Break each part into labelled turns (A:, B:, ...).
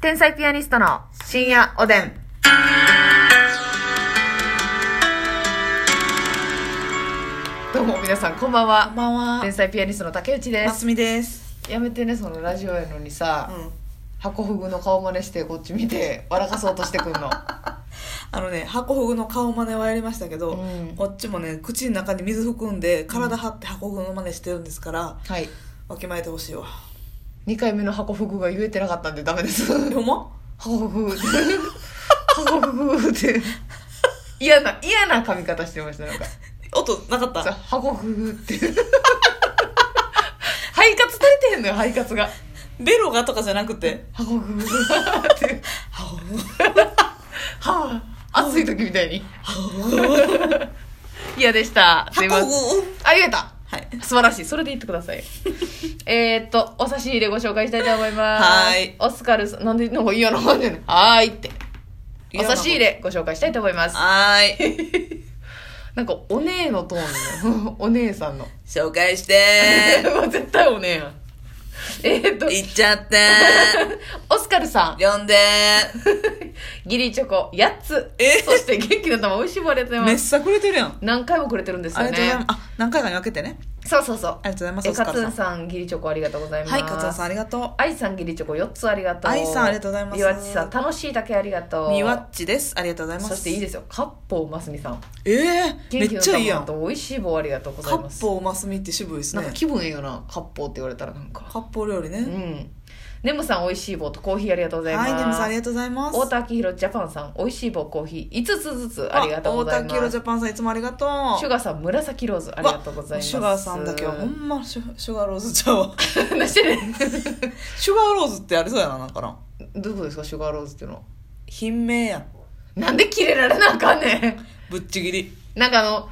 A: 天才ピアニストの
B: 深夜おでん。どうも皆さんこんばん
A: こ
B: は。
A: ばんは
B: 天才ピアニストの竹内で
A: ます
B: す。
A: みです
B: やめてねそのラジオやのに
A: う
B: さ、
A: ん
B: 箱ふぐの顔真似してこっち見て笑かそうとしてくんの。
A: あのね箱フグの顔真似はやりましたけど、
B: うん
A: こっちもね口の中に水含んで体張って箱フグの真似してるんですから
B: はい。
A: わきまえてほしいわ
B: 二回目の箱ふぐが言えてなかったんでダメです。
A: ほんま
B: 箱ふぐ。箱ふぐって。嫌な、嫌な髪型してました。なんか。
A: 音なかった
B: そう箱ふぐって。肺活されてへんのよ、肺活が。
A: ベロがとかじゃなく て
B: 箱ふぐって。
A: 箱
B: はあ、暑い時みたいに。嫌でした。すいません。あ、言えた。
A: はい
B: 素晴らしい。それで言ってください。えーっと、お差し入れご紹介したいと思います。
A: はい
B: オスカルさん、なんで、なんか嫌な感じやねんはーいって。お
A: 嫌な
B: 差
A: こと
B: し入れご紹介したいと思います。
A: はーい
B: なんか、お姉のトーン の。お姉さんの。
A: 紹介して
B: もう絶対お姉やん。えーっと、
A: っちゃって
B: オスカルさん、
A: 読んで
B: ギリチョコ8つ。
A: え
B: そして元気の玉美味しい棒ありがとうござい
A: めっ
B: ます。
A: ちゃくれてるやん
B: 何回もくれてるんです
A: あ
B: よ
A: りがとうございま
B: ね
A: す。あ何回かに分けてね
B: そうそうそう。
A: ありがとうござ
B: え
A: います
B: カツン
A: ん
B: さんギリチョコありがとうございます
A: はいカツンさんありがと
B: アイさんギリチョコ4つありがとう
A: アイさんありがとうございます
B: みわっちさん楽しいだけありがと
A: う
B: う
A: みわっちですありがとうございま
B: そ
A: す
B: していいですよカッポーますみさん
A: ええめ
B: 元気
A: っ
B: の
A: ちゃいいや
B: 玉
A: ん
B: と美味しい棒ありがとうござ
A: カ
B: います
A: ッポーマスミって渋いです
B: なんか
A: ね
B: 気分ええよなカッポーって言われたらなんか
A: カッポー料理
B: う
A: ね
B: んネムさん美味しい棒とコーヒーありがとうございま
A: は
B: す
A: いネムさんありがとうございます
B: 太田明宏ジャパンさん美味しい棒コーヒー5つずつありがとうござい
A: あ大
B: ま
A: 田キロジ
B: す
A: ャパンさんいつもありがとう
B: シュガーさん紫ローズありがとうございます
A: シュガーさんだけはほんまシュシュガーローズちゃうわ
B: 何して る
A: シュガーローズってありそうやななんかな
B: どういうことですかシュガーローズっていうのは
A: 品名やん
B: なんでキレられなあかんねん
A: ぶっちぎりい
B: なんかあの、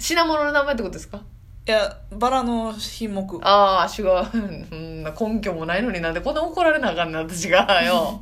B: 品物の名前ってことですか
A: やバラの品目
B: ああ、シュガー、うん、根拠もないのになんでこんな怒られなあかんねん、私が。よ。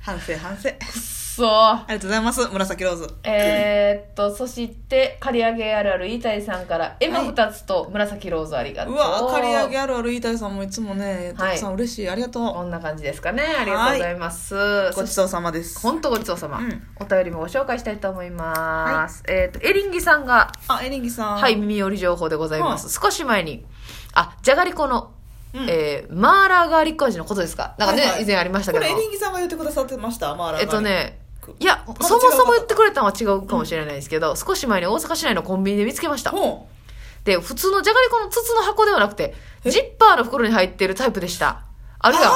A: 反省反省あ
B: くっそ
A: りがとうございます紫ローズ
B: えー、っと、そして、刈り上げあるある、イータイさんから、エマ2つと紫ローズありがと
A: う
B: う。
A: わ刈り上げあるあるイータイさんもいつもねたくさん嬉しいありがと
B: こんな感じですかね。ありがとうございます。
A: うご
B: そ
A: ち
B: して
A: そうさまです
B: 本当ごちそうさま、
A: うん
B: お便りもご紹介したいと思います。えーっと、エリンギさんが、
A: あエリンギさん
B: はい、耳寄り情報でございます。少し前に、あ、じゃがりこの、
A: うん
B: えーマーラーガーリック味のことですかなんかね、
A: はいはい
B: 以前ありました
A: こ
B: けど
A: れエリンギさんが言ってくださってましたマーラー
B: えっとね、
A: ガーリック
B: いや、
A: た
B: そもそも言ってくれたのは違うかもしれないですけど、少し前に大阪市内のコンビニで見つけました。
A: ほう
B: で、普通のじゃがりこの筒の箱ではなくて、
A: え
B: ジッパーの袋に入ってるタイプでした。あ
A: あ
B: るやん。
A: あー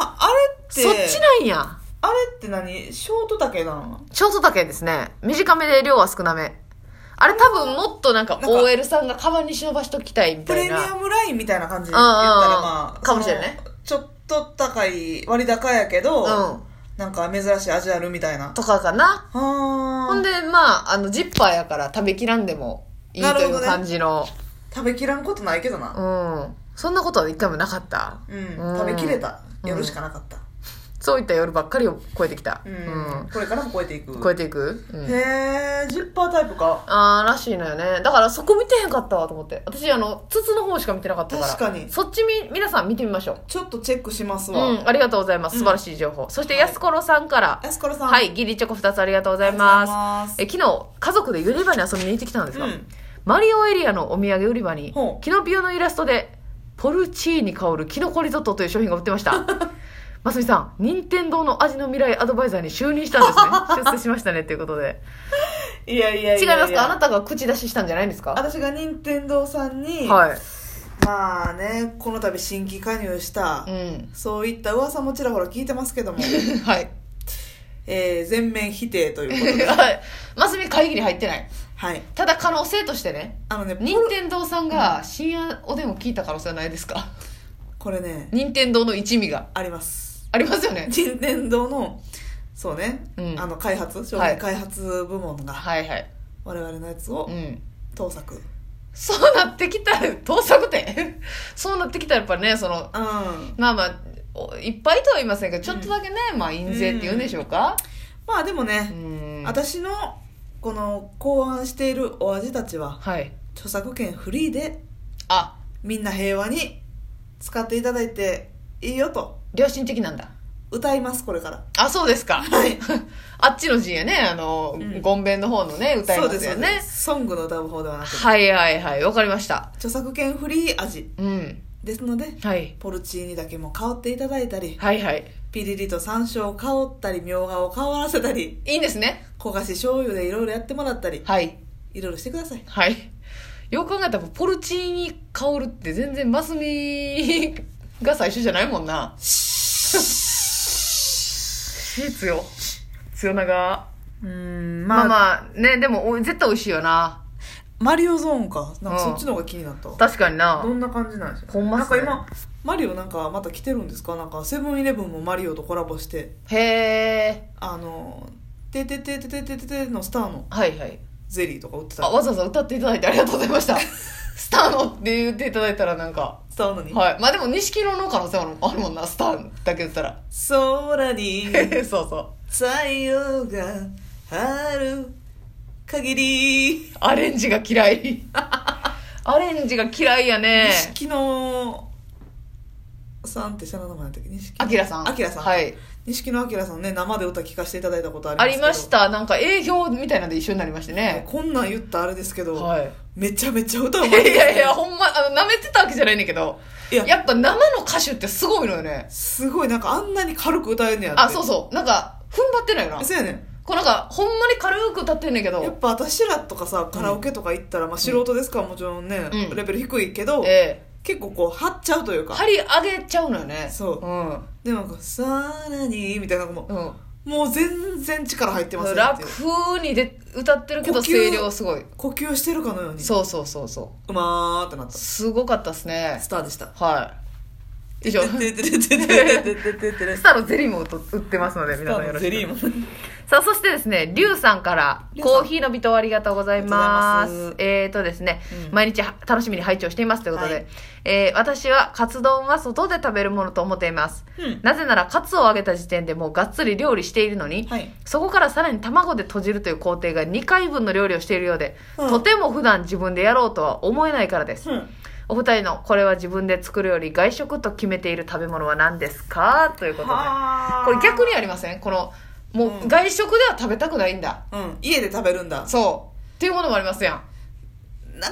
A: あれって
B: そっちなんや。
A: あれって何ショート丈なの
B: ショート丈ですね。短めで量は少なめ。あれ多分もっとなんか
A: なんか
B: OL さんがカバンに忍ばしときたいみ
A: プ
B: た
A: レ
B: い
A: ミ
B: な。
A: アムラインみたいな感じで
B: うん
A: 言
B: うん
A: っ
B: うん
A: たらまあ
B: かもしれんね
A: そのちょっと高い割高やけど、
B: うん
A: なんか珍しい味あるみたいな
B: とかかな。
A: は
B: ほん
A: あ
B: で、まあ、あの、ジッパーやから食べきらんでもいいと
A: なる
B: い
A: ほ
B: う
A: どね
B: 感じの。
A: 食べきらんことないけどな
B: うん。そんなことは一回もなかった。
A: うん、
B: うん
A: 食べきれた夜しかなかった
B: そういった夜ばっかりを超えてきた。
A: う、
B: うんん。
A: これからも超えていく
B: 超えていくうん。
A: へえジッパータイプか
B: あーらしいのよね。だからそこ見てへんかったわと思って。私、あの、筒の方しか見てなかったから。
A: 確かに
B: そっちみ、皆さん見てみましょう。
A: ちょっとチェックします
B: う
A: わ、
B: ん、ありがとうございます。素晴らしい情報。そして、安ころさんから。
A: 安倉さん
B: はいい、ギリチョコ2つありがとうござい
A: あ
B: ま
A: り
B: す
A: がとうございます。
B: え昨日、家族でユニバに遊びに行ってきたんですが、
A: うん
B: マリオエリアのお土産売り場に
A: ほ、う
B: キノピオのイラストで、ポルチーニ香るキノコリゾットという商品が売ってま した。ますみさん、任天堂の味の未来アドバイザーに就任したん ですね。出世しましたね、ということで。
A: いやいや
B: 違
A: いや
B: いますかあ
A: あ
B: なたが口出ししたんじゃないんですか
A: 私が任天堂さんに、
B: はい。
A: まあねこの度新規加入した、
B: うん。
A: そういった噂もちらほら聞いてますけども、
B: はい。
A: えー、全面否定ということで
B: ますみ会議に入って ない。
A: はい
B: ただ可能性としてね、
A: あのね
B: 任天堂さんが深夜おでんを聞いた可能性はないですか
A: これね
B: 任天堂の一味が
A: あります
B: ありますよね
A: 任天堂のそうね、
B: うん
A: あの開発商
B: はい
A: 品開発部門が
B: はいはい
A: 我々のやつを
B: うん
A: 盗作うん、
B: そうなってきたら盗作店そうなって きたらやっぱねそのまあまあおいっぱいとは言いませんけどちょっとだけね、まあ印税って言うんでしょうか
A: まあでも
B: う
A: ね、
B: ん
A: 私のこの考案しているお味たちは
B: はい
A: 著作権フリーで
B: あ
A: みんな平和に使っていただいていいよと
B: 良心的なんだ
A: 歌いますこれから
B: あそうですか
A: はい
B: あっちの陣やねあの、
A: うん
B: ゴンベンの方のね歌い
A: そう
B: ま
A: ですす
B: よ
A: よ
B: ね
A: ねソングの歌う方ではなく
B: はいはいはいわかりました
A: 著作権フリー味
B: うん
A: ですので
B: はい
A: ポルチーニだけも香っていただいたり
B: はいはい
A: ピリリと山椒を香ったりみょうがを香らせたり
B: いいんですね
A: 焦がし醤油でいろいろやってもらったり
B: はい
A: いろいろしてください
B: はいよく考えたらポルチーニ香るって全然マスミが最初じゃないもんな火強強長
A: うん
B: まあまあねでもお絶対美味しいよな
A: マリオゾーンかなんか
B: うん
A: そっちの方が気になったわ
B: 確かにな
A: どんな感じなんでしょう
B: ほんまっ
A: なん
B: す
A: か
B: ね
A: 今マリオなんかまた来てるんですかなんかセブンイレブンもマリオとコラボして
B: へえ
A: あの「てててててててて」のスターの
B: はいはい
A: ゼリーとか売って
B: あ
A: た
B: わざわざ歌っていただいてありがとうございま したスターのって言っていただいたらなんか
A: 伝わるのに
B: はいまあでも錦色の可能性もあるもんなスターだけ言ったら
A: 空に
B: そうそう
A: 太陽がある限り
B: アレンジが嫌 いアレンジが嫌いやね
A: 錦野さんって下の名前の時錦
B: あきらさん
A: あきらさん
B: はい
A: 錦野あきらさんね生で歌聞かせていただいたことあり
B: あ
A: ます
B: り
A: けど
B: ましたなんか営業みたいなんで一緒になりましてね
A: こんなん言ったらあれですけど、
B: はい
A: めちゃめちゃ歌うまい
B: いやいやいやほんまあの舐めてたわけじゃないねんだけど
A: いや
B: やっぱ生の歌手ってすごいのよね
A: すごいなんかあんなに軽く歌えんねやって
B: あそうそうなんか踏ん張ってないよな
A: そうやねん
B: こうなんかほんまに軽く歌ってんねんけ
A: やっ
B: ど
A: ぱ私らとかさカラオケとか行ったら、まあ、素人ですからもちろんね、
B: うん
A: レベル低いけど、
B: え
A: 結構こう張っちゃうという
B: え
A: か、
B: 張り上げちゃうのよね
A: そう
B: う
A: でもなんか「さらに」みたいなのも
B: んうん
A: もう全然力入ってますねってい
B: 楽
A: う
B: にで歌ってるけど
A: 呼吸
B: 声量すごい
A: 呼吸してるかのように
B: そうそうそうそう
A: まーってなっ
B: う
A: た
B: すごかったっすね
A: スターでした
B: はい以 上
A: てててててててててて
B: スターのゼリーも売ってますので
A: ス
B: 皆
A: タ
B: さん
A: ー
B: よ
A: の
B: ろ
A: ゼ
B: し
A: リー
B: く
A: も
B: さあそしてですねリュウさんから
A: リュウさ
B: コ
A: ん
B: ーヒーの人をありがとうございます
A: ありがとうございます
B: えーとですね、
A: うん
B: 毎日は楽しみに拝聴していますということで、
A: はい
B: えー私はカツ丼は外で食べるものと思っています
A: うん
B: なぜならカツを揚げた時点でもうがっつり料理しているのに、
A: はい
B: そこからさらに卵で閉じるという工程が2回分の料理をしているようで、
A: うん
B: とても普段自分でやろうとは思えないからです、
A: うん
B: お二人のこれは自分で作るより外食と決めている食べ物は何ですかということで
A: はー
B: これ逆にありませんこのも
A: う
B: うん外食では食べたくないんだ、
A: うん家で食べるんだ
B: そうっていうものもありますやん
A: な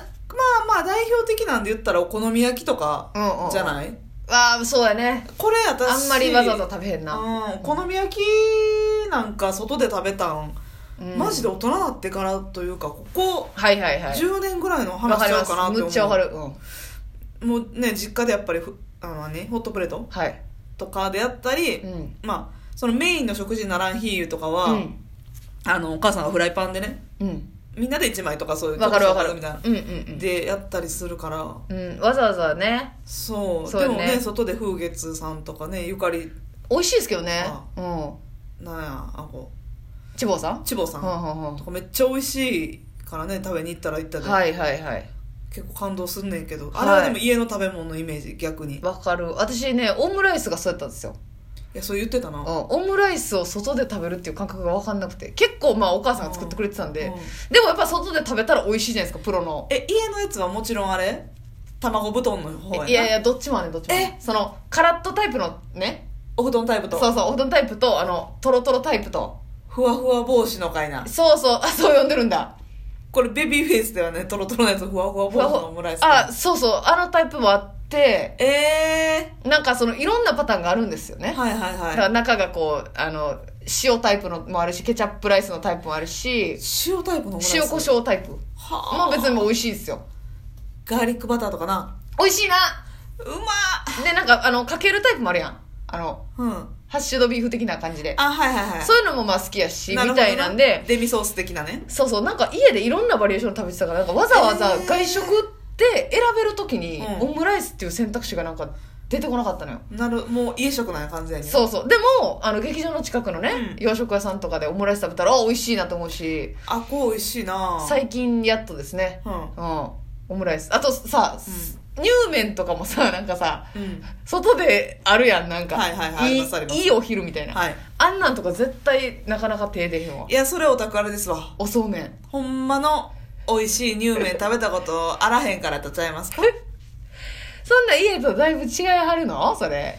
A: まあまあ代表的なんで言ったらお好み焼きとか
B: うんうん
A: じゃない、
B: ああそうやね
A: これ私
B: あんまりわざわざ食べへんな、
A: うんお好み焼きなんか外で食べたん、
B: うん
A: マジで大人になってからというかここ
B: はいはいはい
A: 10年ぐらいの
B: わ
A: 話
B: か
A: し
B: り
A: ちゃ
B: ま
A: う
B: す
A: かなって思う
B: むっちゃわかるうん
A: もうね実家でやっぱりふあの、ね、ホットプレート
B: はい
A: とかでやったり、
B: うん
A: まあそのメインの食事にならん日とかは、
B: うん
A: あのお母さんがフライパンでね
B: うん
A: みんなで1枚とかそういう
B: わかるわか
A: ちょ
B: る
A: っとみたいな、
B: うんうん
A: でやったりするから
B: うん、うん、わざわざね
A: そう
B: そう
A: で
B: よ
A: も
B: ね
A: ね外で風月さんとかねゆかり
B: 美味しいですけどね
A: あ
B: うん
A: なんやあこ
B: 千坊さん
A: 千坊さん
B: はんはんはん
A: とかめっちゃ美味しいからね食べに行ったら行ったで、
B: はいはいはい
A: 結構感動すんねんけど
B: はい
A: あれはでも家の食べ物のイメージ逆にい
B: わかる私ねオムライスがそうやったんですよ、
A: やそう言ってたな、
B: うん、オムライスを外で食べるっていう感覚が分かんなくて結構まあお母さんが作ってくれてたんで、
A: うん
B: でもやっぱ外で食べたら美味しいじゃないですかプロの
A: え家のやつはもちろんあれ卵布団の方やない
B: やいやどっちもねどっちもね
A: え
B: そのカラッとタイプのね
A: お布団タイプ
B: そう
A: と
B: そうお布団タイプとあのトロトロタイプと
A: ふわふわ帽子のかいな
B: そうそうあそう呼んでるんだ
A: これベビーフェイスではねトロトロのやつふわふわ
B: ふ
A: 帽
B: わ
A: 子
B: ふ
A: のオムラ
B: わ
A: イス
B: あそうそうあのタイプもあって
A: え
B: なんかそのいろんなパターンがあるんですよね
A: ー、はいはい
B: だから
A: はい
B: 中がこうあの塩タイプのもあるしケチャップライスのタイプもあるし
A: 塩タイプのオムライス
B: 塩コショウタイプ
A: はあ
B: もう別にもう美味しいですよ
A: ガーリックバターとかな
B: 美味しいな
A: うま
B: でなんかあのかけるタイプもあるやんあの
A: っうん
B: ハッシュドビーフ的な感じで
A: あはいはいはい
B: そういうのもまあ好きやしみ
A: るほど
B: たいなんで
A: デミソース的なね
B: そうそうなんか家でいろんなバリエーション食べてたからなんかわざわざ
A: へー
B: 外食って選べる時に
A: うん
B: オムライスっていう選択肢がなんか出てこなかったのよ
A: なるもう家食なんや完全に
B: そうそうでもあの劇場の近くのね
A: うん
B: 洋食屋さんとかでオムライス食べたらあ美味しいなと思うし
A: あこう美味しいな
B: 最近やっとですね
A: うん
B: うんオムライスあとさ、乳麺とかもさなんかさ
A: うん
B: 外であるやんなんか、
A: はいはいはいありますあります
B: いいお昼みたいな、
A: はい
B: あんなんとか絶対なかなか手出へんわ
A: いやそれオタクあれですわ
B: おそうめん
A: ほんまの美味しい乳麺食べたこ とあらへんからとちゃいますか
B: そんな家とだいぶ違いはるのそれ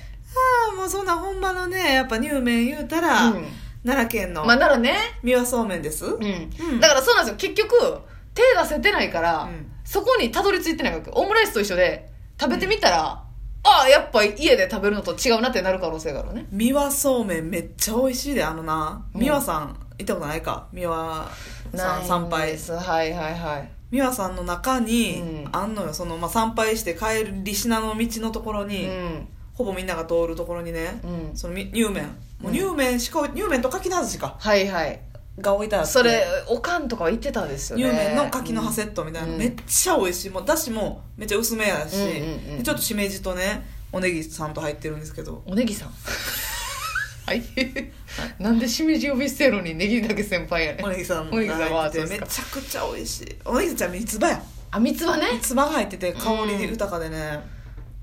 A: あもうそんな本場のねやっぱ乳麺言うたら、
B: うん
A: 奈良県の
B: まあならね
A: 三輪そうめんです、
B: う、
A: うんん
B: だからそうなんですよ結局手出せてないから、
A: うん
B: そこにたどり着いてないわけオムライスと一緒で食べてみたら、ああやっぱ家で食べるのと違うなってなる可能性があるね
A: 三輪そうめんめっちゃ美味しいであのな
B: うん
A: 三輪さん行ったことないか三輪さん参
B: ないん
A: 拝
B: ですはいはいはい
A: 美和さんの中に、
B: うん
A: あんのよその、まあ、参拝して帰るリシナの道のところに、
B: うん
A: ほぼみんなが通るところにね、
B: うん
A: そのみ乳麺もう乳麺しか、乳麺と柿の外しか
B: はいはい
A: が置いてあって
B: それおかんとかは言ってたんですよ
A: 乳
B: ね
A: 麺の柿の葉セットみたいな、
B: うん
A: めっちゃ美味しいもうだしもめっちゃ薄めやし、
B: うんうんうん
A: でちょっとしめじとねおネギさんと入ってるんですけど
B: うんおねぎさんはいなんでしみじ呼び捨てるのにネギだけ先輩やね
A: おネギさん
B: おネギさんは
A: 入って
B: そう
A: て
B: で
A: め
B: す
A: ち
B: か
A: ゃくちゃ美味しいおネギちゃん三つ葉や
B: あみつはね
A: 三つ葉が入ってて香り豊かでね、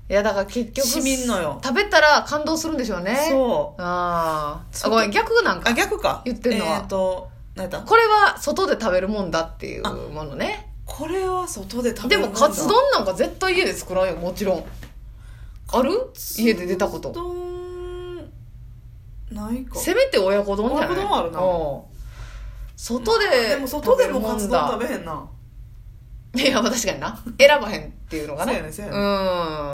B: いやだから結局
A: しみんのよ
B: 食べたら感動するんでしょうね
A: そう
B: あー
A: そ
B: あ
A: う
B: ごめん逆なんか
A: あ逆か
B: 言ってんのは
A: えっ、と何やった
B: これは外で食べるもんだっていうものね
A: これは外で食べ
B: で
A: る
B: も
A: んだ
B: カツ丼なんか絶対家で作らんよもちろんある家で出たこ
A: カツ
B: と
A: 丼ないか
B: せめて親子丼じゃない
A: 親子丼あるな
B: うん外で
A: でも外でもカツ丼食
B: べ
A: べへんない
B: やまあ確かにな選ばへんっていうのがな
A: そうやねそうやね
B: うん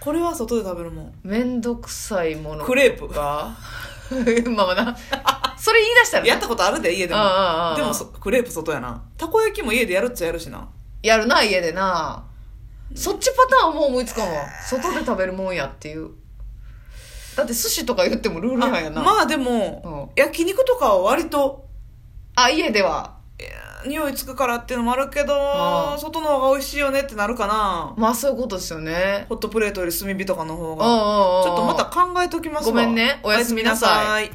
A: これは外で食べるもん
B: 面倒くさいもの
A: クレープ
B: が まあまあなそれ言い出したらね
A: やったことあるで家でも
B: ああああああ
A: でもそクレープ外やなたこ焼きも家でやるっちゃやるしな
B: やるな家でなそっちパターンはもう思いつかんわ外で食べるもんやっていうだって寿司とか言ってもルールなんや
A: あ
B: な
A: まあでも焼肉とかは割と
B: あ家では
A: えー匂いつくからっていうのもあるけど
B: ああ
A: 外の方が美味しいよねってなるかな
B: まあそういうことですよね
A: ホットプレートより炭火とかの方
B: うんうんうん
A: が
B: うん
A: ちょっとまた考えときます
B: ご
A: わ
B: めんねおやすみなさい
A: おやすみなさい